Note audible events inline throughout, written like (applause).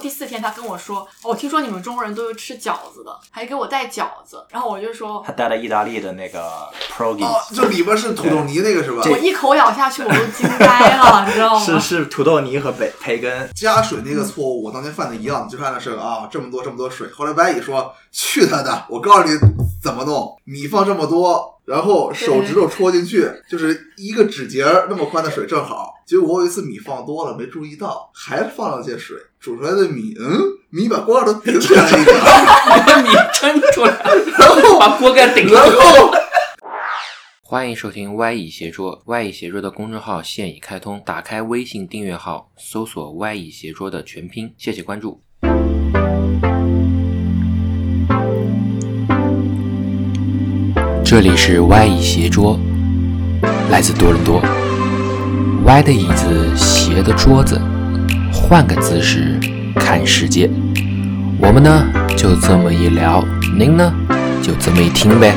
第四天他跟我说，哦我听说你们中国人都是吃饺子的，还给我带饺子，然后我就说，他带了意大利的那个 pierogi，、哦，就里边是土豆泥那个是吧？我一口咬下去我都惊呆 (laughs) 了，你知道吗？是是土豆泥和培培根，加水那个错误，我当年犯的一样，就犯的是啊，这么多这么多水。后来白蚁说：“去他的！我告诉你怎么弄，米放这么多，然后手指头戳进去，就是一个指节儿那么宽的水正好。”结果我有一次米放多了，没注意到，还是放了些水，煮出来的米，嗯，米把锅盖都顶起来了一点，把米撑出来，然后把锅盖顶住。然后欢迎收听 Y 乙协作，Y 乙协作的公众号现已开通，打开微信订阅号，搜索 Y 乙协作的全拼，谢谢关注。这里是 Y 乙协作，来自多伦多。歪的椅子，斜的桌子，换个姿势看世界。我们呢，就这么一聊，您呢，就这么一听呗。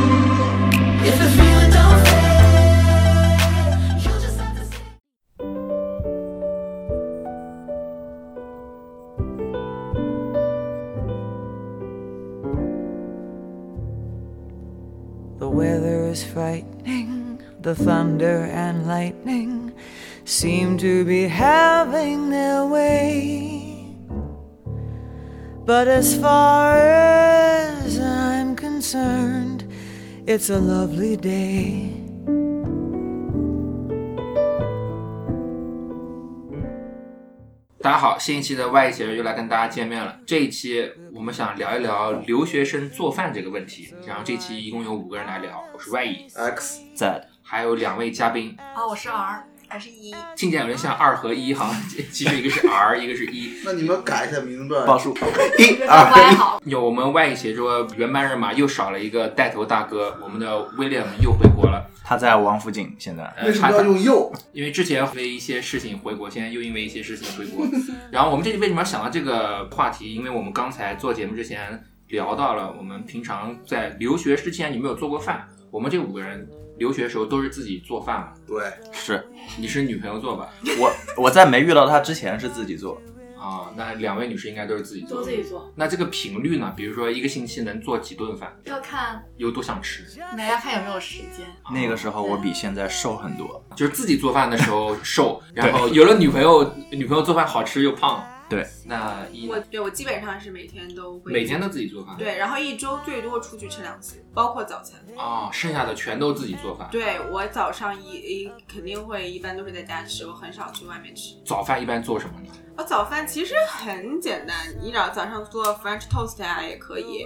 If a feeling don't fade, you'll just have to say. The weather is frightening. The thunder and lightning seem to be having their way. But as far as I'm concerned, it's a lovely day. 大家好，新一期的外企又来跟大家见面了。这一期我们想聊一聊留学生做饭这个问题，然后这期一共有五个人来聊，我是外蚁， X 在还有两位嘉宾，啊，我是 R，还是一，听起来有点像二合一哈，其实一个是 (laughs) R，一个是 E 一。那你们改一下名字，哎报数，一这 (laughs) 二还好，有我们外企说原班人马又少了一个带头大哥，我们的 William 又回国了。他在王府井现在。呃为什么他要用又？因为之前因为一些事情回国，现在又因为一些事情回国。然后我们这里为什么要想到这个话题？因为我们刚才做节目之前聊到了，我们平常在留学之前有没有做过饭？我们这五个人留学的时候都是自己做饭嘛？对，是 (laughs) 你是女朋友做吧？我我在没遇到他之前是自己做，啊，那两位女士应该都是自己做都自己。做，那这个频率呢？比如说一个星期能做几顿饭？要看有多想吃？大家看有没有时间。那个时候我比现在瘦很多。就是自己做饭的时候瘦，然后有了女朋友，女朋友做饭好吃又胖。对，那一我对我基本上是每天都会每天都自己做饭。对，然后一周最多出去吃两次，包括早餐。啊、剩下的全都自己做饭。对我早上一一肯定会一般都是在家吃，我很少去外面吃。早饭一般做什么呢？我啊早饭其实很简单，你早早上做 French toast 啊也可以，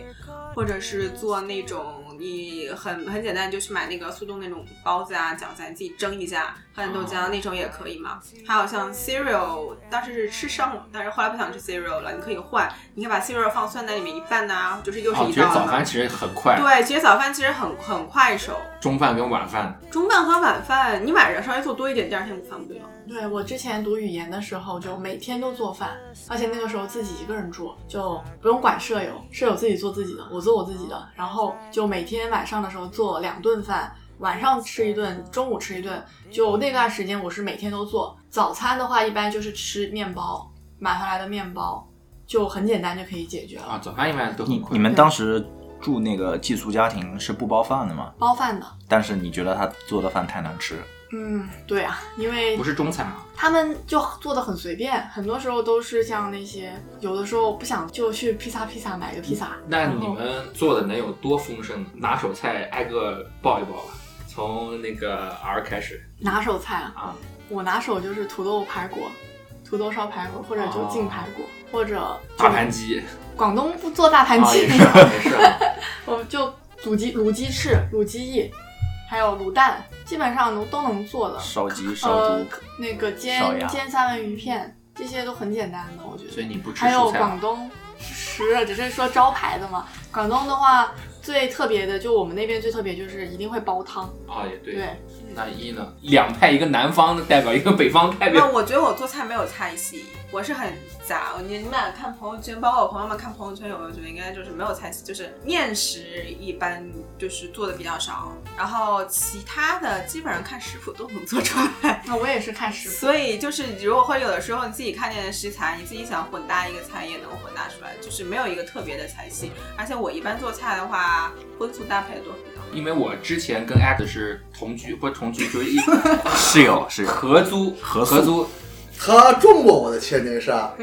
或者是做那种你很很简单，就去买那个速冻那种包子啊、饺子啊，你自己蒸一下，喝点豆浆、那种也可以嘛。还有像 cereal，当时是吃生了，但是后来不想吃 cereal 了，你可以换，你可以把 cereal 放酸奶里面一拌呐、就是又是哦，一觉道得了早嘛饭。其实很快，对，其实早饭其实很很快手，中饭跟晚饭中饭和晚饭你晚上稍微做多一点，第二天午饭不就有了？对我之前读语言的时候，就每天都做饭，而且那个时候自己一个人住，就不用管舍友，舍友自己做自己的，我做我自己的，然后就每天晚上的时候做两顿饭，晚上吃一顿，中午吃一顿，就那段时间我是每天都做。早餐的话，一般就是吃面包，买回来的面包就很简单就可以解决了，啊，早饭一般都很你快。你们当时住那个寄宿家庭是不包饭的吗？包饭的。但是你觉得他做的饭太难吃，嗯，对啊，因为不是中餐啊？他们就做的很随便，很多时候都是像那些，有的时候不想就去披萨披萨买个披萨。嗯那然后你们做的能有多丰盛呢？拿手菜挨个报一报吧，从那个 R 开始拿手菜啊，啊，我拿手就是土豆排骨、土豆烧排骨，或者就净排骨，或者就大盘鸡广东不做大盘啊，鸡也，是啊，也是啊。 (laughs) 我就卤鸡、卤鸡翅、卤鸡翼，还有卤蛋，基本上都都能做的。烧鸡、烧呃猪，，那个烧煎鸭煎三文鱼片，这些都很简单的，我觉得。所以你不吃还有蔬菜广啊？东吃，只是说招牌的嘛。广东的话，最特别的就我们那边最特别就是一定会煲汤，啊，也对。对，那一呢？两派，一个南方的代表，一个北方代那表。我觉得我做菜没有菜系，我是很杂。你你们俩看朋友圈，包括我朋友们看朋友圈，有没有觉得应该就是没有菜系？就是面食一般就是做的比较少，然后其他的基本上看食谱都能做出来。 (laughs) 那我也是看食谱，所以就是，如果会有的时候你自己看见的食材，你自己想混搭一个菜也能混搭出来，就是没有一个特别的菜系。而且我一般做菜的话，荤素搭配的都比较。因为我之前跟 X 是同居，不是同居， (laughs) 就是一室友室友合租，合宿合租，他中过我的千年杀，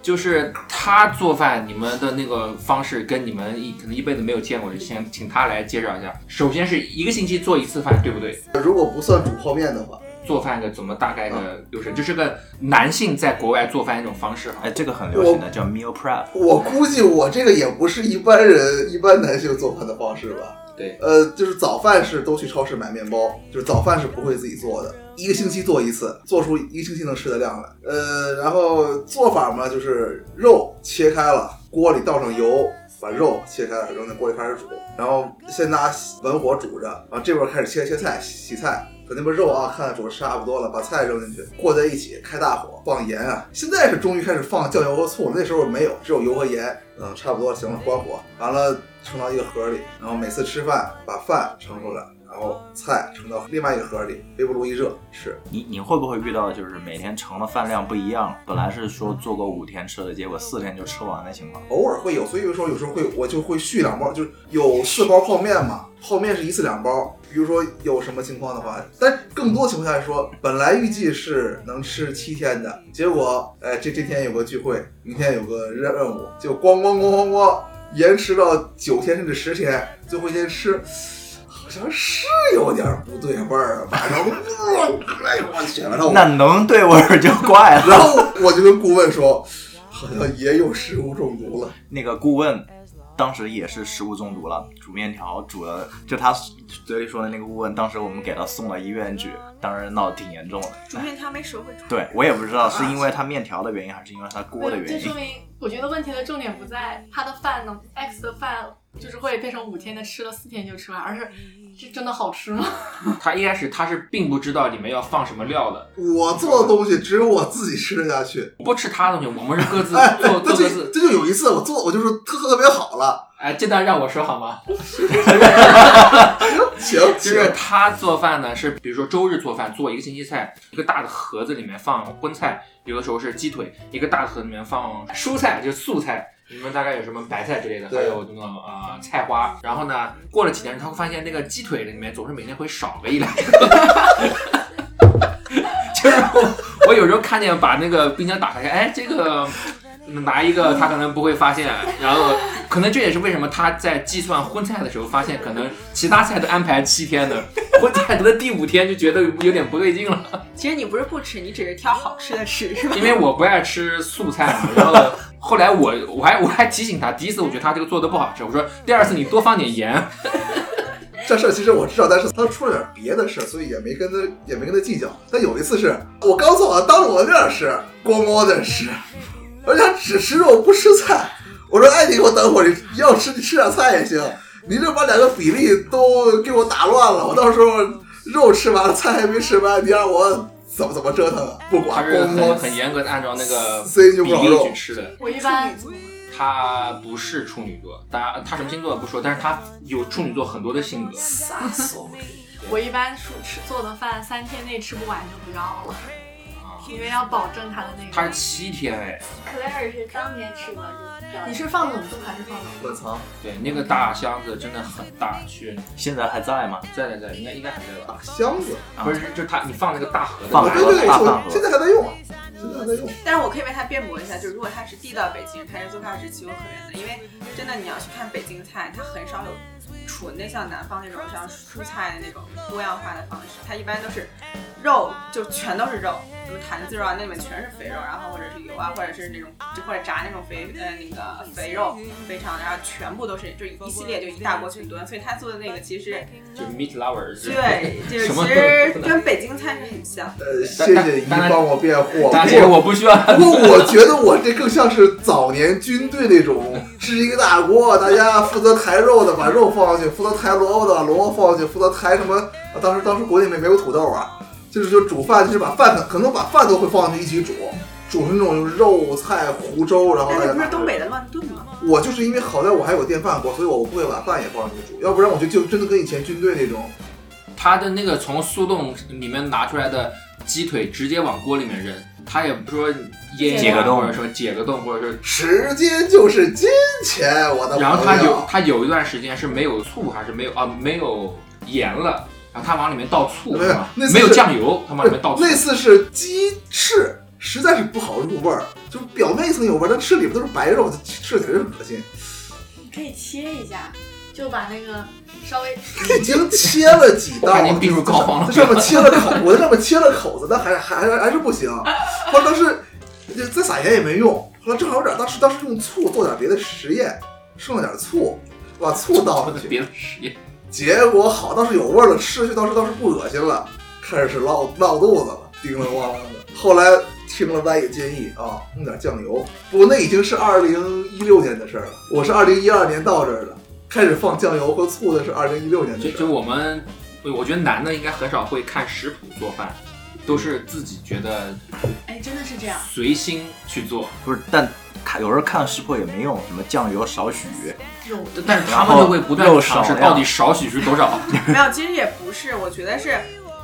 就是他做饭，你们的那个方式跟你们一可能一辈子没有见过，就先请他来介绍一下。首先是一个星期做一次饭，对不对？如果不算煮泡面的话，做饭个怎么大概的流程，这是个男性在国外做饭一种 (laughs) 方式哈。哎，这个很流行的叫 meal prep，我估计我这个也不是一般人一般男性做饭的方式吧。对，呃，就是早饭是都去超市买面包，就是早饭是不会自己做的，一个星期做一次，做出一个星期能吃的量来。呃，然后做法嘛，就是肉切开了，锅里倒上油，把肉切开了，扔在锅里开始煮，然后先拿文火煮着，然后这边开始切切菜、洗菜。等那边肉啊，看煮的差不多了，把菜扔进去，和在一起，开大火，放盐啊。现在是终于开始放酱油和醋了，那时候没有，只有油和盐。嗯，差不多了行了，关火。完了，盛到一个盒里，然后每次吃饭把饭盛出来，然后菜盛到另外一个盒里，微波炉一热吃。你你会不会遇到就是每天盛的饭量不一样，本来是说做够五天吃的，结果四天就吃完的情况？偶尔会有，所以有时候有时候会我就会续两包，就是有四包泡面嘛，泡面是一次两包。比如说有什么情况的话，但更多情况下来说，本来预计是能吃七天的，结果哎这这天有个聚会，明天有个任任务，就咣咣咣咣咣延迟到九天甚至十天，最后一天吃。好像是有点不对味儿啊，晚上，哎呦我去，然后我 (laughs) 那能对味儿就怪了。 (laughs) 然后我就跟顾问说，好像也有食物中毒了。那个顾问当时也是食物中毒了，煮面条煮的，就他嘴里说的那个顾问，当时我们给他送了医院去，当时闹得挺严重的。煮面条没熟会煮。对我也不知道是因为他面条的原因，还是因为他锅的这原因说。明我觉得问题的重点不在他的饭呢，X 的饭就是会变成五天的吃了四天就吃完，而是这真的好吃吗？ (laughs) 他一开始他是并不知道里面要放什么料的，我做的东西只有我自己吃得下去。不吃他的东西，我们是各自哎，做这做各就自。这就有一次我做，我就是特特别好 (laughs) 了。哎，这段让我说好吗？行就行，是他做饭呢，是比如说周日做饭，做一个星期菜，一个大的盒子里面放荤菜，有的时候是鸡腿，一个大的盒子里面放蔬菜，就是素菜。你们大概有什么白菜之类的，对还有那种呃菜花。然后呢，过了几天，他会发现那个鸡腿里面总是每天会少个一两个。就是我，我有时候看见把那个冰箱打开，哎，这个拿一个他可能不会发现，然后可能这也是为什么他在计算荤菜的时候发现，可能其他菜都安排七天的，荤菜的第五天就觉得有点不对劲了。其实你不是不吃，你只是挑好吃的吃，是吧？因为我不爱吃素菜嘛，然后后来我我还我还提醒他，第一次我觉得他这个做的不好吃，我说第二次你多放点盐。这事儿其实我知道，但是他出了点别的事儿，所以也没跟他也没跟他计较。但有一次是我刚做完，当着我的面儿吃，咣咣的吃，而且他只吃肉不吃菜。我说：“哎，你给我等会儿，你要吃你吃点菜也行。你这把两个比例都给我打乱了，我到时候肉吃完了，菜还没吃完，你让我怎么怎么折腾啊？不他管，是咣很咣很严格的按照那个塞进比去不好例肉去。吃的。我一 (laughs) 般他不是处女座，他他什么星座不说，但是他有处女座很多的性格。我一般说吃做的饭三天内吃不完就不要了，因为要保证它的那啊他是个。七天哎， Claire 是当天吃完就掉了你是放冷冻还是放冷冻？我操！对，那个大箱子真的很大，去现在还在吗？在在在，应该应该还在啊吧？箱子，不是，就他你放那个大盒子，啊放啊，对盒子对对，大我饭盒现在还在用啊，现在还在用。但是我可以为他辩驳一下，就是如果他是地道北京人，他这做法是情有可原的，因为真的你要去看北京菜，它很少有纯的像南方那种像蔬菜的那种多样化的方式，它一般都是肉就全都是肉，什么坛子肉啊，那里面全是肥肉，然后或者是油啊，或者是那种就或者炸那种肥呃那个肥肉肥肠，然后全部都是就一系列就一大锅全端，所以他做的那个其实就是 meat lovers， (laughs) 对，就什是么其实跟北京菜是很像的。呃，谢谢姨帮我辩护。啊大姐，我不需要。不过我觉得我这更像是早年军队那种支一个大锅，大家负责抬肉的把肉放上去，负责抬萝卜的把萝卜放上去，负责抬什么？啊当时当时国内没没有土豆啊，就是就煮饭就是把饭可能把饭都会放上去一起煮，煮成那种肉菜糊粥，然后大但那家不是拿东北的乱炖吗？我就是因为好在我还有电饭锅，所以我不会把饭也放上去煮，要不然我就就真的跟以前军队那种，他的那个从速冻里面拿出来的鸡腿直接往锅里面扔，他也不说腌解一个下冻或者说解个冻，或者说。时间就是金钱，我的朋友。然后他有他有一段时间是没有醋还是没有啊没有盐了，然后他往里面倒醋，没有是吧那次没有酱油，他往里面倒醋。那次是鸡翅，实在是不好入味儿，就表面一层有味儿，但吃里边都是白肉，吃起来真恶 (laughs) 心。你可以切一下，就把那个稍微已经切了几道了，我感觉病入膏肓了在上面切了口，我在上面切了口子，但还还还还是不行。后来当时就再撒盐也没用，后来正好有点，当时当时用醋做点别的实验，剩了点醋，把醋倒上去，别的实验，结果好倒是有味儿了，吃下去倒是倒是不恶心了，开始是闹闹肚子了，叮铃咣啷的。后来听了歪爷建议啊，弄点酱油。不过那已经是二零一六年的事儿了，我是二零一二年到这儿的，开始放酱油和醋的是二零一六年的就事就儿。我们，我觉得男的应该很少会看食谱做饭，都是嗯自己觉得哎，真的是这样。随心去做，不是，但看有时候看食谱也没用，什么酱油少许，但是他们都会不断然后地尝试肉少量到底少许是 (laughs) 多少。 (laughs) 没有，其实也不是，我觉得是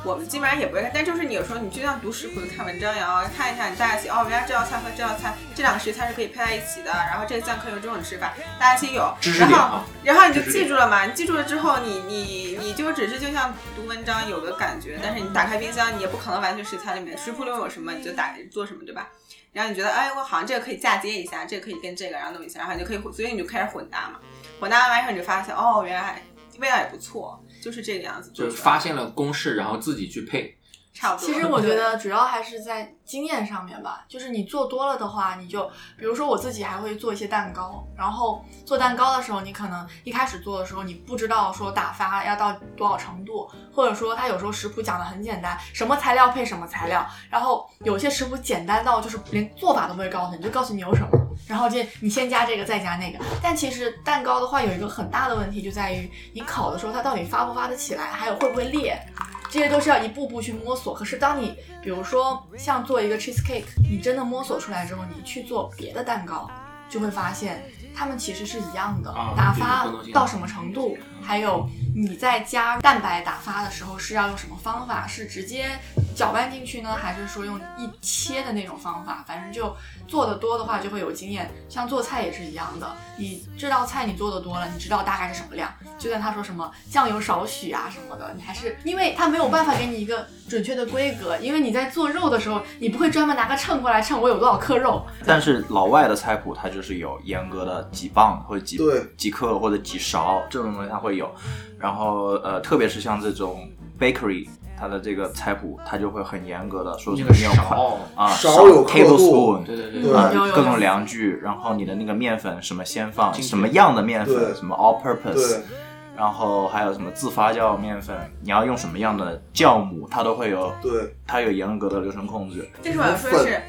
我们基本上也不会看，但就是你有时候你就像读食谱、看文章一样，啊看一下你大概写哦，原来这道菜和这道菜这两个食材是可以配在一起的，然后这个酱可以用这种吃法，大家先有知，识然点后啊然后你就知识点记住了嘛，你记住了之后你，你你就只是就像读文章有个感觉，但是你打开冰箱，你也不可能完全食材里面食谱里面有什么你就打做什么，对吧？然后你觉得，哎，我好像这个可以嫁接一下，这个可以跟这个，然后弄一下，然后你就可以，所以你就开始混搭嘛。混搭完以后，你就发现，哦，原来还味道也不错，就是这个样子。就是发现了公式，然后自己去配。差不多。其实我觉得主要还是在经验上面吧，就是你做多了的话，你就比如说我自己还会做一些蛋糕，然后做蛋糕的时候，你可能一开始做的时候你不知道说打发要到多少程度，或者说它有时候食谱讲的很简单，什么材料配什么材料，然后有些食谱简单到就是连做法都不会告诉你，就告诉你有什么，然后这你先加这个再加那个。但其实蛋糕的话有一个很大的问题就在于你烤的时候它到底发不发得起来，还有会不会裂。这些都是要一步步去摸索。可是当你比如说像做一个 cheesecake，你真的摸索出来之后，你去做别的蛋糕，就会发现它们其实是一样的，啊打对发不能这样到什么程度，还有你在加蛋白打发的时候是要用什么方法，是直接搅拌进去呢，还是说用一切的那种方法？反正就做的多的话就会有经验。像做菜也是一样的，你这道菜你做的多了，你知道大概是什么量。就算他说什么酱油少许啊什么的，你还是因为他没有办法给你一个准确的规格，因为你在做肉的时候，你不会专门拿个秤过来称我有多少克肉，但是老外的菜谱它就是有严格的几磅或者几对几克或者几勺这种东西它会有，然后呃，特别是像这种 bakery，它的这个菜谱它就会很严格的说什那个么要快勺，啊，勺有刻度 tablespoon，对对对对，啊有有有，各种量具，然后你的那个面粉什么先放精确什么样的面对粉，什么 all 对 purpose，，然后还有什么自发酵面粉，你要用什么样的酵母，它都会有，对，它有严格的流程控制。但是我要说的是，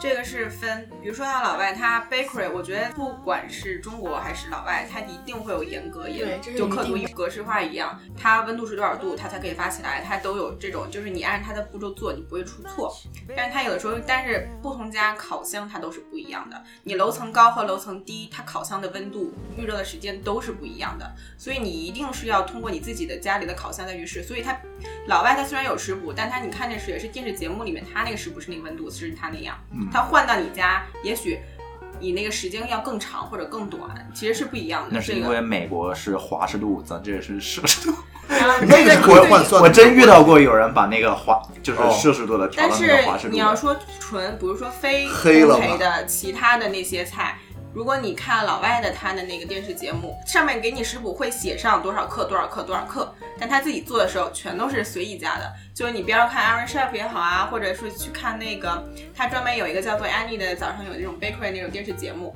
这个是分，比如说像老外，他 bakery，我觉得不管是中国还是老外，它一定会有严格对严这，是就一刻度定的格式化一样，它温度是多少度，它才可以发起来，它都有这种，就是你按它的步骤做，你不会出错。但是它有的时候，但是不同家烤箱它都是不一样的，你楼层高和楼层低，它烤箱的温度、预热的时间都是不一样的，所以你一定是要通过你自己的家里的烤箱再去试。所以它老外他虽然有食谱，但他你看电视也是电视节目里面，他那个食谱是那个温度，是他那样。嗯它换到你家，也许你那个时间要更长或者更短，其实是不一样的。那是这因个为美国是华氏度，咱这是摄氏 (laughs) 度。啊那个是国外换算我的。真遇到过有人把那个华就是哦摄氏度的调但到是那个华氏度你的。要说纯，比如说非黑了烘吧焙的其他的那些菜，如果你看老外的他的那个电视节目，上面给你食谱会写上多少克、多少克、多少克，但他自己做的时候全都是随意加的。就是你不要看 Iron Chef 也好啊，或者是去看那个他专门有一个叫做 Annie 的早上有那种 bakery 那种电视节目，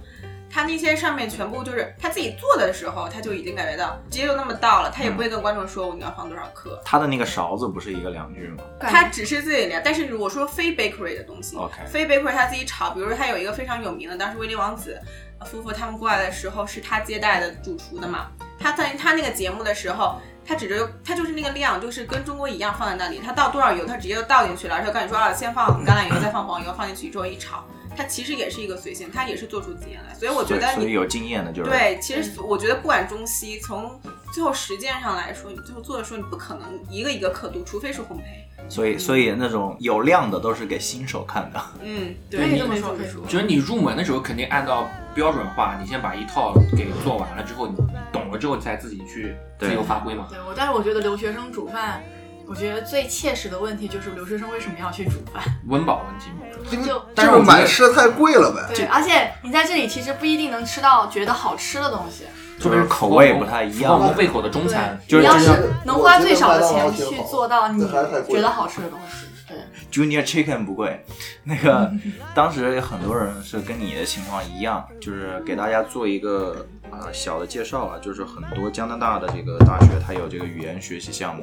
他那些上面全部就是他自己做的时候，他就已经感觉到直接就那么倒了，他也不嗯会跟观众说我要放多少克。他的那个勺子不是一个量具吗？它只是自己量，但是如果说非 bakery 的东西 OK 非 bakery 他自己炒，比如说他有一个非常有名的，当时威廉王子呃夫妇他们过来的时候是他接待的主厨的嘛，他在他那个节目的时候，他指着他就是那个量，就是跟中国一样放在那里，他倒多少油，他直接就倒进去了，而且告诉你说啊，先放橄榄油，再放黄油，放进去之后一炒，它其实也是一个随性，它也是做出经验来，所以我觉对得所以你有经验的就是对，其实我觉得不管中西，从最后实践上来说，你最后做的时候，你不可能一个一个刻度，除非是烘焙。所以所以那种有量的都是给新手看的。嗯，可对，以这么说，可以说。就是你入门的时候，肯定按照标准化，你先把一套给做完了之后，你懂了之后，你再自己去对自由发挥嘛。对我，但是我觉得留学生煮饭，我觉得最切实的问题就是留学生为什么要去煮饭？温饱问题嘛，因为就就但是是我觉得买吃的太贵了呗。(laughs) 嗯对，而且你在这里其实不一定能吃到觉得好吃的东西。就就是是口味不太一样符合我们胃口的中餐。对就是你要真是能花最少的钱我觉得麦当劳挺去好做到你这还是太贵觉得好吃的东西，对， Junior Chicken 不贵， (laughs) 那个当时很多人是跟你的情况一样，就是给大家做一个呃小的介绍了，就是很多加拿大的这个大学它有这个语言学习项目，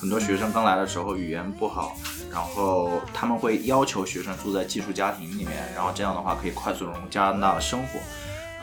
很多学生刚来的时候语言不好，然后他们会要求学生住在寄宿家庭里面，然后这样的话可以快速融入加拿大的生活。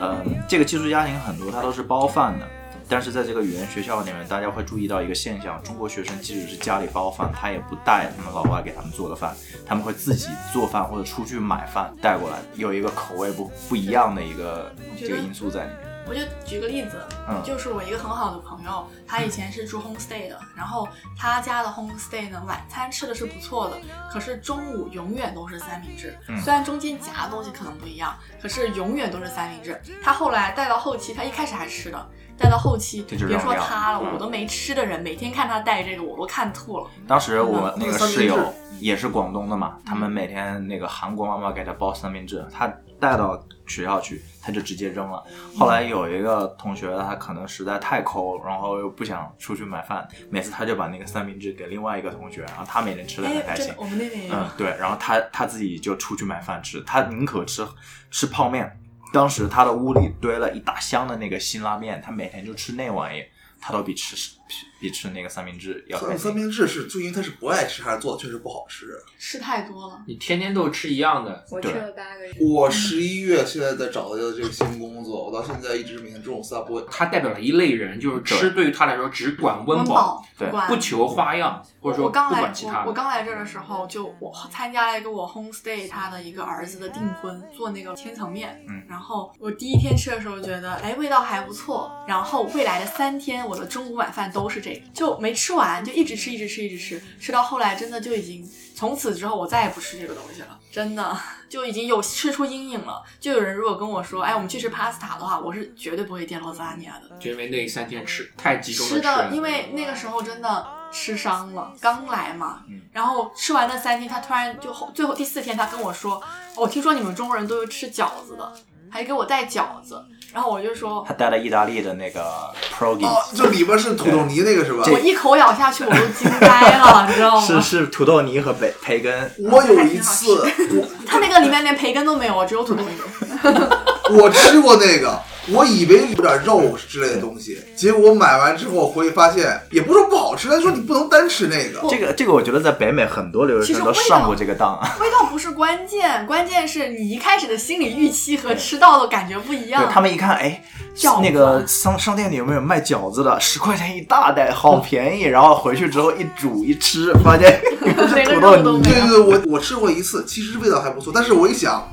嗯，这个寄宿家庭很多它都是包饭的，但是在这个语言学校里面，大家会注意到一个现象：中国学生即使是家里包饭，他也不带他们老外给他们做的饭，他们会自己做饭或者出去买饭带过来，有一个口味不不一样的一个这个因素在里面。我就举个例子，嗯就是我一个很好的朋友，他以前是住 homestay 嗯的，然后他家的 homestay 呢，晚餐吃的是不错的，可是中午永远都是三明治，嗯虽然中间夹的东西可能不一样，可是永远都是三明治。他后来带到后期，他一开始还吃的。带到后期，这就是别说让量他了，嗯我都没吃的人，每天看他带这个，我都看吐了。当时嗯我那个室三友明也是广东的嗯嘛，他们每天那个韩国妈妈给他包三明治，他带到学校去，他就直接扔了。嗯后来有一个同学，他可能实在太抠，然后又不想出去买饭，每次他就把那个三明治给另外一个同学，然后他每天吃的哎很，开真心的，。我们那边也有。嗯，对，然后他他自己就出去买饭吃，他宁可吃吃泡面。当时他的屋里堆了一大箱的那个辛拉面，他每天就吃那玩意，他都比吃比比吃那个三明治要可开能三心。明治是就因为他是不爱吃，还是做的确实不好吃。吃太多了，你天天都吃一样的，我吃了八个月，我十一月现在在找的这个新工作，我到现在一直每天中午 Subway。它代表了一类人，就是吃对于他来说只管温饱，对管不求花样，或我者说我不刚来管其他我我的。刚来这儿的时候，就我参加了一个我 homestay 他的一个儿子的订婚，做那个千层面。嗯然后我第一天吃的时候觉得，哎，味道还不错。然后未来的三天，我的中午晚饭都是这个，就没吃完，就一直吃，一直吃，一直吃，吃到后来真的就已经，从此之后我再也不吃这个东西了，真的 (laughs) 就已经有吃出阴影了。就有人如果跟我说，哎，我们去吃 pasta 的话，我是绝对不会点 lasagna 的。就因为那三天吃太集中吃的吃的了，，因为那个时候真的吃伤了，刚来嘛嗯，然后吃完那三天，他突然就后最后第四天，他跟我说，哦我、听说你们中国人都是吃饺子的，还给我带饺子，然后我就说他，带了意大利的那个 pierogi，、哦，就里边是土豆泥那个是吧？我一口咬下去，我都惊呆了，你知道是吗？是土豆泥和培培根，我有一次，他那个里面连培根都没有，只有土豆泥。我吃过那个，我以为有点肉之类的东西，结果我买完之后回去发现，也不是说不好吃，但是说你不能单吃那个。这个这个我觉得在北美很多留学生都上过这个当。味道不是关键，关键是你一开始的心理预期和吃到的感觉不一 (laughs) 对样。他们一看，哎饺，子那个商商店里有没有卖饺子的？十块钱一大袋，好便宜。然后回去之后一煮一吃，发现不是连个土肉豆都泥没。对对对，我我吃过一次，其实味道还不错，但是我一想，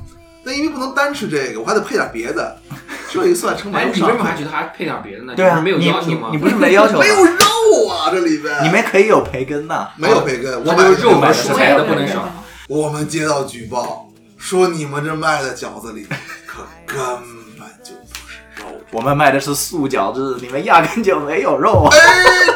那因为不能单吃这个，我还得配点别的，这一算成本哎，又你上为什去么还觉得还配点别的呢？对你啊，不是没有要求你吗？你你不 (laughs) 是没要求吗没？有肉啊，这里边你们可以有培根呐。没有培根，我它买就是肉买买的蔬菜都不能少。我们接到举报说你们这卖的饺子里可根本就不是肉。我们卖的是素饺子，你们压根就没有肉啊！哎，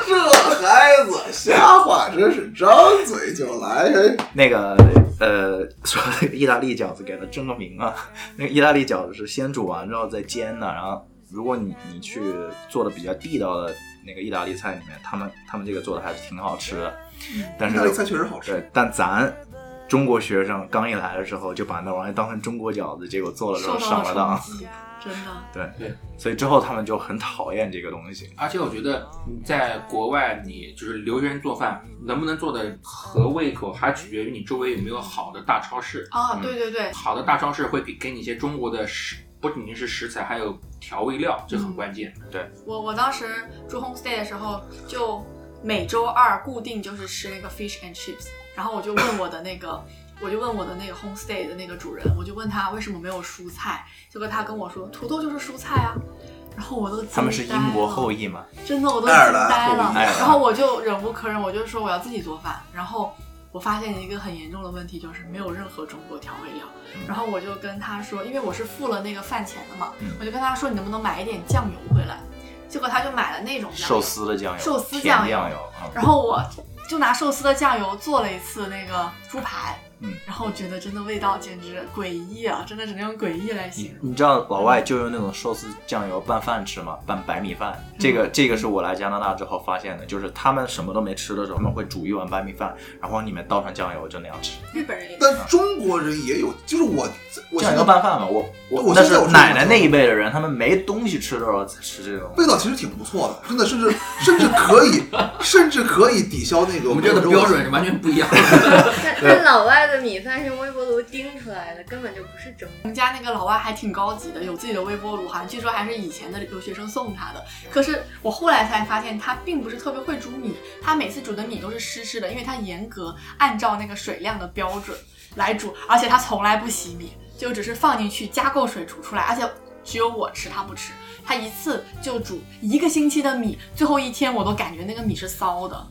这孩子瞎话真是张嘴就来。哎那个呃，说这个意大利饺子给它争个名啊。那个意大利饺子是先煮完之后再煎的，然后如果你你去做的比较地道的那个意大利菜里面，他们他们这个做的还是挺好吃的。但嗯意是大利菜确实好吃，对，但咱中国学生刚一来的时候就把那玩意儿当成中国饺子，结果做了之后受上到了了当。冲击，真的。对对，所以之后他们就很讨厌这个东西。而且我觉得你在国外，你就是留学生做饭能不能做的合胃口，还取决于你周围有没有好的大超市。啊，嗯对对对，好的大超市会给给你一些中国的食，不仅仅是食材，还有调味料，这嗯很关键。我我当时住 homestay 的时候，就每周二固定就是吃那个 fish and chips，然后我就问我的那个，我就问我的那个 homestay 的那个主人，我就问他为什么没有蔬菜，结果他跟我说土豆就是蔬菜啊，然后我都惊他们是呆了英国后裔嘛？真的我都惊爱尔啊兰呆后了裔。爱尔兰然后我就忍无可忍，我就说我要自己做饭。然后我发现一个很严重的问题，就是没有任何中国调味料。然后我就跟他说，因为我是付了那个饭钱的嘛嗯，我就跟他说你能不能买一点酱油回来？结果他就买了那种酱油寿司的酱油，寿司甜酱油酱油啊，然后我就拿寿司的酱油做了一次那个猪排，嗯然后我觉得真的味道简直诡异啊，真的只能用诡异来形你容。你知道老外就用那种寿司酱油拌饭吃吗？拌白米饭，这个这个是我来加拿大之后发现的，就是他们什么都没吃的时候，他们会煮一碗白米饭，然后往里面倒上酱油就那样吃。日本人也但中国人也有，就是我我酱现油在拌饭嘛，我我那现在是有这种奶奶那一辈的人，他们没东西吃的时候才吃这种。味道其实挺不错的，真的，甚至甚至可以，甚至可以抵消那个我们这个欧洲标准是完全不一样的。但但老外的米饭是微波炉叮出来的，根本就不是蒸。我们家那个老外还挺高级的，有自己的微波炉，好像据说还是以前的留学生送他的。可是我后来才发现，他并不是特别会煮米，他每次煮的米都是湿湿的，因为他严格按照那个水量的标准来煮，而且他从来不洗米，就只是放进去加够水煮出来，而且只有我吃，他不吃。他一次就煮一个星期的米，最后一天我都感觉那个米是骚的。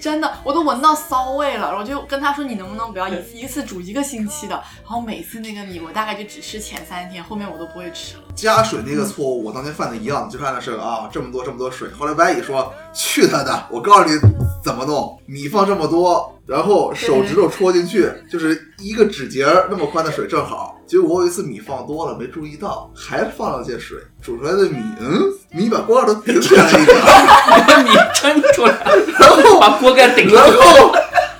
真的，我都闻到骚味了，我就跟他说你能不能不要一次一次煮一个星期的，然后每次那个米我大概就只吃前三天，后面我都不会吃了。加水那个错误，我当年犯的一样，就看的是啊，这么多这么多水。后来白蚁说：“去他的！我告诉你怎么弄，米放这么多，然后手指头戳进去，就是一个指节儿那么宽的水正好。”结果我有一次米放多了，没注意到，还放了些水，煮出来的米，嗯，米把锅盖都顶起来一点， (laughs) 把米撑出来，然后把锅盖顶 (laughs) 住然。后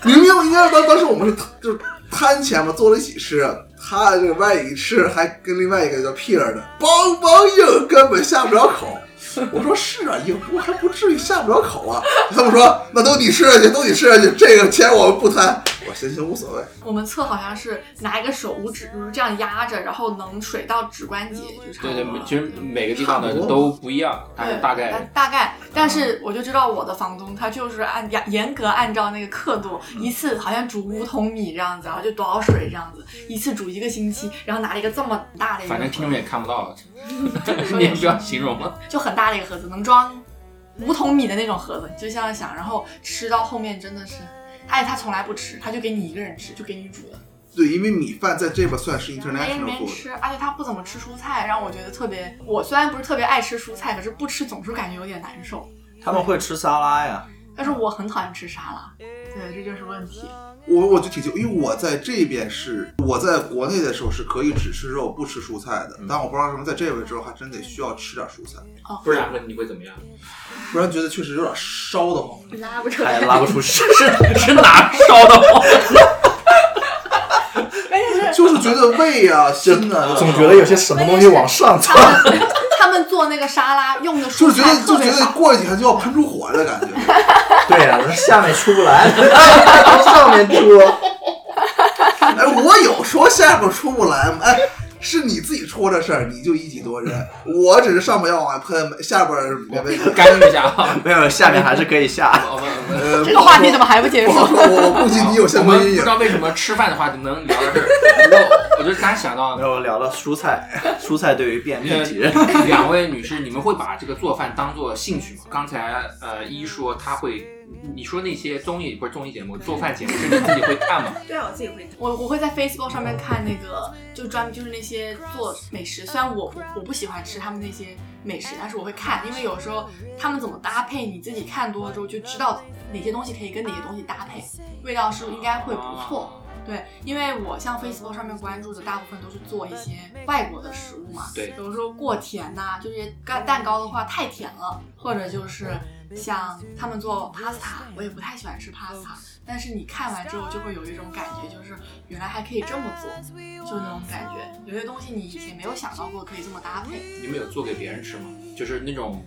明明应该是当当时我们是就是摊钱嘛，坐了一起吃。他这个外一吃，还跟另外一个叫 Peter 的梆梆硬，根本下不了口。我说是啊，硬不过还不至于下不了口啊。他们说那都你吃下去，都你吃下去，这个钱我们不贪。我行行无所谓，我们测好像是拿一个手五指就是这样压着，然后能水到指关节，就差不对多对，了。其实每个地方的都不一样，大大概嗯大概，但是我就知道我的房东他就是按严严格按照那个刻度，嗯一次好像煮五桶米这样子，然后就多少水这样子，一次煮一个星期，然后拿了一个这么大的一个，嗯反正听众也看不到， (laughs) 说你也也不是要形容了。就很大的一个盒子，能装五桶米的那种盒子，就这样想，然后吃到后面真的是，而且他从来不吃，他就给你一个人吃，就给你煮的，对，因为米饭在这边算是没 international 没 food，吃，而且他不怎么吃蔬菜，让我觉得特别，我虽然不是特别爱吃蔬菜，可是不吃总是感觉有点难受，他们会吃沙拉呀，但是我很讨厌吃沙拉，对，这就是问题，我我就挺清，因为我在这边是我在国内的时候是可以只吃肉不吃蔬菜的，但我不知道为什么在这边之后还真得需要吃点蔬菜。不然问你会怎么样？不然觉得确实有点烧得慌。拉不出还来，拉不出 (laughs) 屎。是是哪烧的慌？就是觉得胃啊、心啊，总觉得有些什么东西往上窜。他们 (laughs) 做那个沙拉用的就蔬是觉菜得特就别觉得少。过几天就要喷出火来的感觉。对呀、下面出不来，上面出。哎，我有说下边出不来吗？哎，是你自己戳的事儿，你就一己多人。我只是上边要往外喷，下边儿没问题。干预一下啊！没有，下面还是可以下。我们我们呃，这个话题怎么还不结不束好？说？我我估计你有我相们关不阴知影。道为什么吃饭的话就能聊到这儿，我就突然想到然，后聊到蔬菜，蔬菜对于便秘体，两位女士，你们会把这个做饭当做兴趣吗？刚才呃一说她会你说那些综艺不是综艺节目，做饭节目是你自己会看吗？对啊，我自己会看。我我会在 Facebook 上面看那个，就专门就是那些做美食，虽然我不我不喜欢吃他们那些美食，但是我会看，因为有时候他们怎么搭配，你自己看多了之后就知道哪些东西可以跟哪些东西搭配，味道是应该会不错。对，因为我像 Facebook 上面关注的大部分都是做一些外国的食物嘛，对比如说过甜呐、就是干蛋糕的话太甜了，或者就是像他们做 pasta，我也不太喜欢吃 pasta，但是你看完之后就会有一种感觉，就是原来还可以这么做，就那种感觉，有些东西你以前没有想到过可以这么搭配。你们有做给别人吃吗？就是那种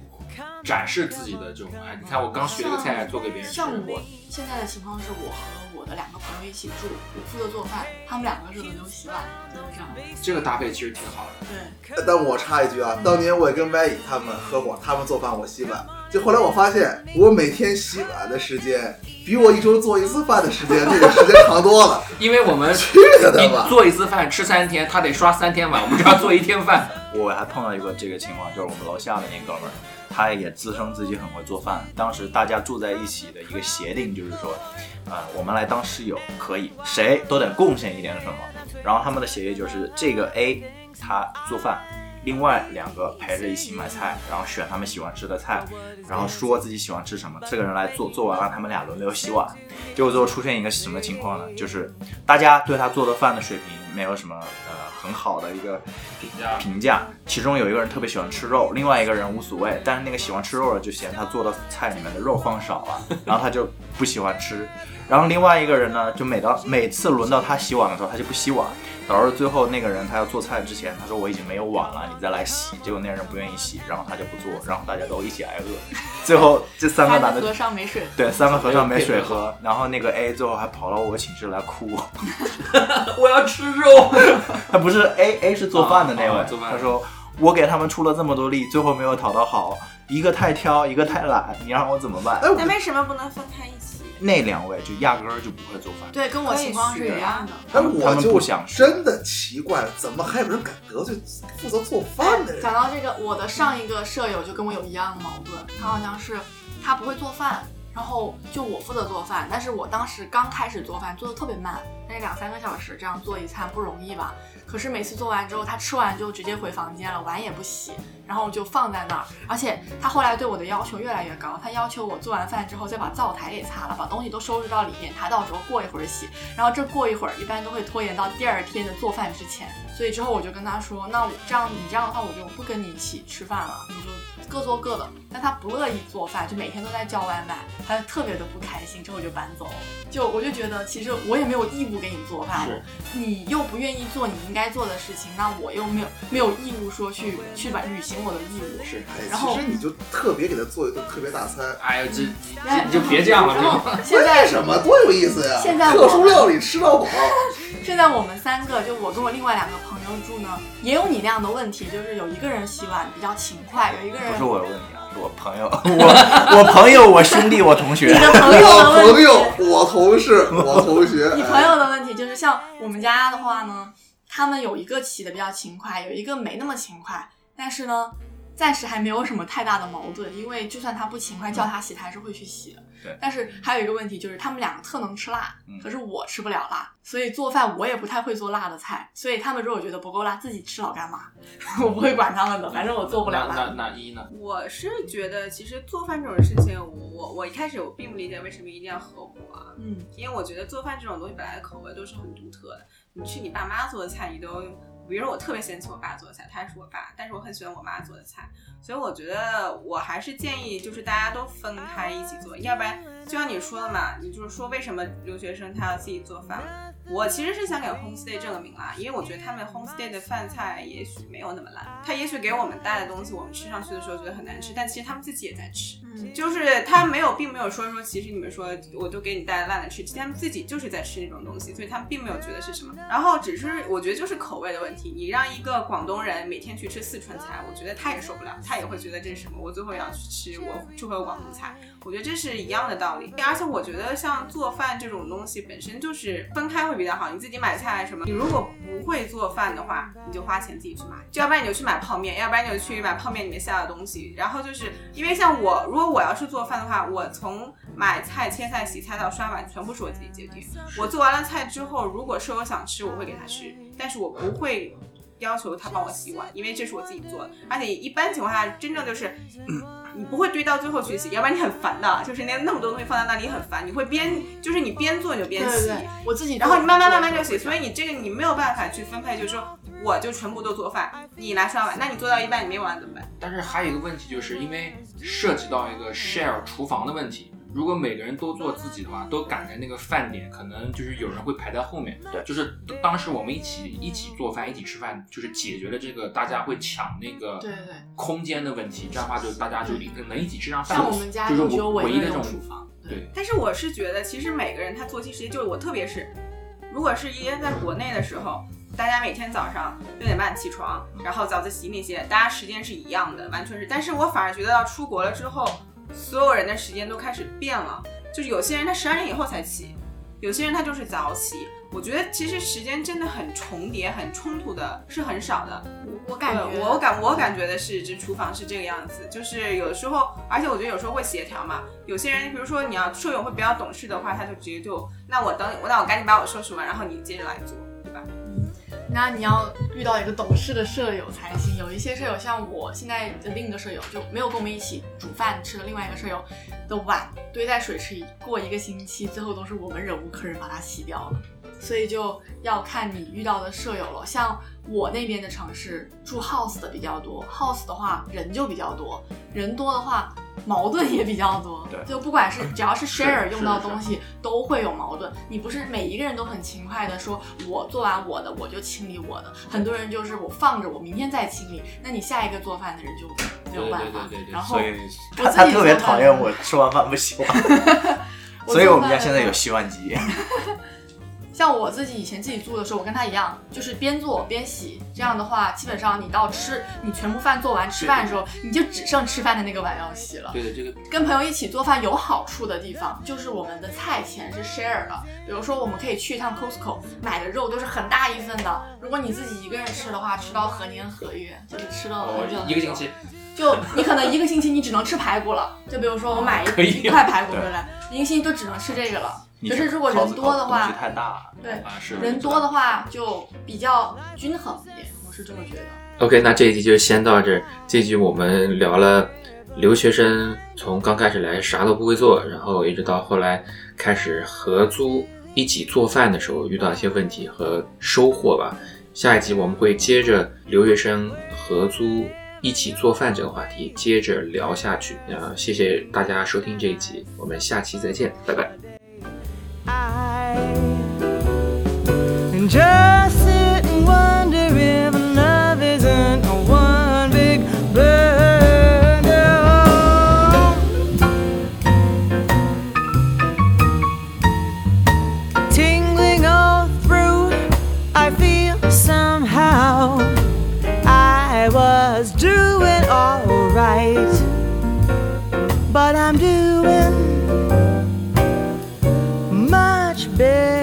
展示自己的这种，哎，你看我刚学了个菜，做给别人吃。像我现在的情况是我和我的两个朋友一起住，我负责做饭，他们两个是轮流洗碗，就是这样。这个搭配其实挺好的。对。但我插一句啊，当年我也跟麦姨他们合伙，他们做饭我洗碗。就后来我发现，我每天洗碗的时间比我一周做一次饭的时间，这个时间长多了。因为我们去他的吧你！做一次饭吃三天，他得刷三天碗，我们只要做一天饭。 (laughs) 我还碰到一个这个情况，就是我们楼下的那哥们儿，他也自称自己很会做饭。当时大家住在一起的一个协定就是说，呃，我们来当室友可以，谁都得贡献一点什么。然后他们的协议就是，这个 A 他做饭，另外两个陪着一起买菜，然后选他们喜欢吃的菜，然后说自己喜欢吃什么，这个人来做，做完了他们俩轮流洗碗。结果最后出现一个什么情况呢？就是大家对他做的饭的水平没有什么呃很好的一个评价评价，其中有一个人特别喜欢吃肉，另外一个人无所谓，但是那个喜欢吃肉的就嫌他做的菜里面的肉放少 (laughs) 了，然后他就不喜欢吃。然后另外一个人呢，就每到每次轮到他洗碗的时候，他就不洗碗，导致最后那个人他要做菜之前，他说我已经没有碗了，你再来洗。结果那个人不愿意洗，然后他就不做，然后大家都一起挨饿。最后这三个三男个的和尚没水喝。对，三个和尚没水喝，然后那个 A 最后还跑到我寝室来哭。 (laughs) 我要吃肉。他不是 A A 是做饭的那位，啊啊做饭他说我给他们出了这么多力，最后没有讨到好，一个太挑，一个太懒，你让我怎么办？哎，那我为什么不能分开一起？那两位就压根儿就不会做饭。对，跟我情况是一样的。哎，我他们不就想吃真的奇怪，怎么还有人敢得罪负责做饭的人？讲到这个，哎我的上一个舍友就跟我有一样的矛盾，他好像是他不会做饭，然后就我负责做饭，但是我当时刚开始做饭做的特别慢，那两三个小时这样做一餐不容易吧？可是每次做完之后，他吃完就直接回房间了，碗也不洗，然后就放在那儿。而且他后来对我的要求越来越高，他要求我做完饭之后再把灶台给擦了，把东西都收拾到里面，他到时候过一会儿洗。然后这过一会儿一般都会拖延到第二天的做饭之前。所以之后我就跟他说，那我这样你这样的话，我就不跟你一起吃饭了，你就各做各的。但他不乐意做饭，就每天都在叫外卖，他就特别的不开心。之后我就搬走了，就我就觉得其实我也没有义务给你做饭，是你又不愿意做你应该做的事情，那我又没有没有义务说去去把履行我的义务。是，哎，然后其实你就特别给他做一顿特别大餐，哎呦，这这你就别这样了，然这 (laughs) 种后现在为什么多有意思呀？现在我特殊料理吃到饱，现在我们三个，就我跟我另外两个朋友住呢，也有你那样的问题，就是有一个人洗碗比较勤快，有一个人不是我问你啊，是我朋友，我我朋友，我兄弟，我同学你。的朋友的我问朋题，友，我同事，我同学，你朋友的问题就是像我们家的话呢，他们有一个洗的比较勤快，有一个没那么勤快，但是呢，暂时还没有什么太大的矛盾，因为就算他不勤快，叫他洗他还是会去洗的。对但是还有一个问题就是，他们两个特能吃辣嗯，可是我吃不了辣，所以做饭我也不太会做辣的菜，所以他们如果觉得不够辣，自己吃老干妈， (laughs) 我不会管他们的，反正我做不了那那辣。那一呢？我是觉得，其实做饭这种事情，我我我一开始我并不理解为什么一定要合伙啊，嗯，因为我觉得做饭这种东西本来的口味都是很独特的。你去你爸妈做的菜，你都，比如说我特别嫌弃我爸做的菜，他也是我爸，但是我很喜欢我妈做的菜，所以我觉得我还是建议就是大家都分开一起做，要不然就像你说的嘛，你就是说为什么留学生他要自己做饭嘛？我其实是想给 homestay 证个名啦，因为我觉得他们 homestay 的饭菜也许没有那么烂，他也许给我们带的东西，我们吃上去的时候觉得很难吃，但其实他们自己也在吃。嗯就是他没有，并没有说说，其实你们说我就给你带烂的吃，其实他们自己就是在吃那种东西，所以他们并没有觉得是什么。然后只是我觉得就是口味的问题，你让一个广东人每天去吃四川菜，我觉得他也受不了，他也会觉得这是什么，我最后要去吃我吃回广东菜。我觉得这是一样的道理，而且我觉得像做饭这种东西本身就是分开会会比较好。你自己买菜什么，你如果不会做饭的话，你就花钱自己去买，就要不然你就去买泡面，要不然你就去买泡面里面下的东西。然后就是因为像我，如果我要是做饭的话，我从买菜、切菜、洗菜到刷碗，全部是我自己决定。我做完了菜之后，如果是我想吃，我会给他吃，嗯但是我不会。要求他帮我洗碗，因为这是我自己做的，而且一般情况下，真正就是你不会堆到最后去洗，要不然你很烦的，就是那那么多东西放在那里很烦，你会边就是你边做你就对边对洗，对，我自己做，然后你慢慢慢慢就洗，洗，所以你这个你没有办法去分配，就是说我就全部都做饭，你来刷碗，那你做到一半你没有碗怎么办？但是还有一个问题，就是因为涉及到一个 share 厨房的问题。如果每个人都做自己的话，都赶着那个饭点，可能就是有人会排在后面。对就是当时我们一起一起做饭，一起吃饭，就是解决了这个大家会抢那个对对对空间的问题。这样的话，就大家就一个能一起吃上饭，像我们家就是只有唯一一那的这种种厨房，对但是我是觉得，其实每个人他作息时间，就是我特别是，如果是一在国内的时候，大家每天早上六点半起床，然后早自习那些，大家时间是一样的，完全是。但是我反而觉得到出国了之后，所有人的时间都开始变了，就是有些人他十二点以后才起，有些人他就是早起。我觉得其实时间真的很重叠、很冲突的，是很少的。我感觉对我感我感觉的是，这厨房是这个样子，就是有的时候，而且我觉得有时候会协调嘛。有些人，比如说你要舍友会比较懂事的话，他就直接就，那我等我那我赶紧把我收拾完，然后你接着来做，对吧？那你要遇到一个懂事的舍友才行。有一些舍友，像我现在的另一个舍友，就没有跟我们一起煮饭吃的另外一个舍友的碗堆在水池里，过一个星期，最后都是我们忍无可忍把它洗掉了。所以就要看你遇到的舍友了。像我那边的城市住 house 的比较多，house 的话人就比较多，人多的话矛盾也比较多。对就不管 (laughs) 是只要是是 share 是用到是东西，都会有矛盾。你不是每一个人都很勤快的说，我做完我的我就清理我的。很多人就是我放着，我明天再清理。那你下一个做饭的人就没有办法。对对对对对然后所以我他自他己特别做饭讨厌我吃完饭不洗 (laughs) 碗，我所以做我们家饭现在有洗碗机。像我自己以前自己住的时候，我跟他一样，就是边做边洗。这样的话，基本上你到吃你全部饭做完吃饭的时候，你就只剩吃饭的那个碗要洗了。对的这个跟朋友一起做饭有好处的地方，就是我们的菜钱是 share 的。比如说，我们可以去一趟 Costco 买的肉都是很大一份的。如果你自己一个人吃的话，吃到何年何月，就是吃到哦很久很久。一个星期，就你可能一个星期你只能吃排骨了。就比如说我买 (laughs) 可以一一块排骨回来，一个星期就只能吃这个了。你就是这如果耗人子多的东话西太大了。对，啊，是人多的话就比较均衡一点，我是这么觉得。 OK，那这一集就先到这儿。这一集我们聊了留学生从刚开始来啥都不会做，然后一直到后来开始合租一起做饭的时候遇到一些问题和收获吧。下一集我们会接着留学生合租一起做饭这个话题接着聊下去。呃，谢谢大家收听这一集，我们下期再见，拜拜。 I and just sit and wonder if love isn't a one big burden. Tingling all through, I feel somehow I was doing alright, but I'm doing much better.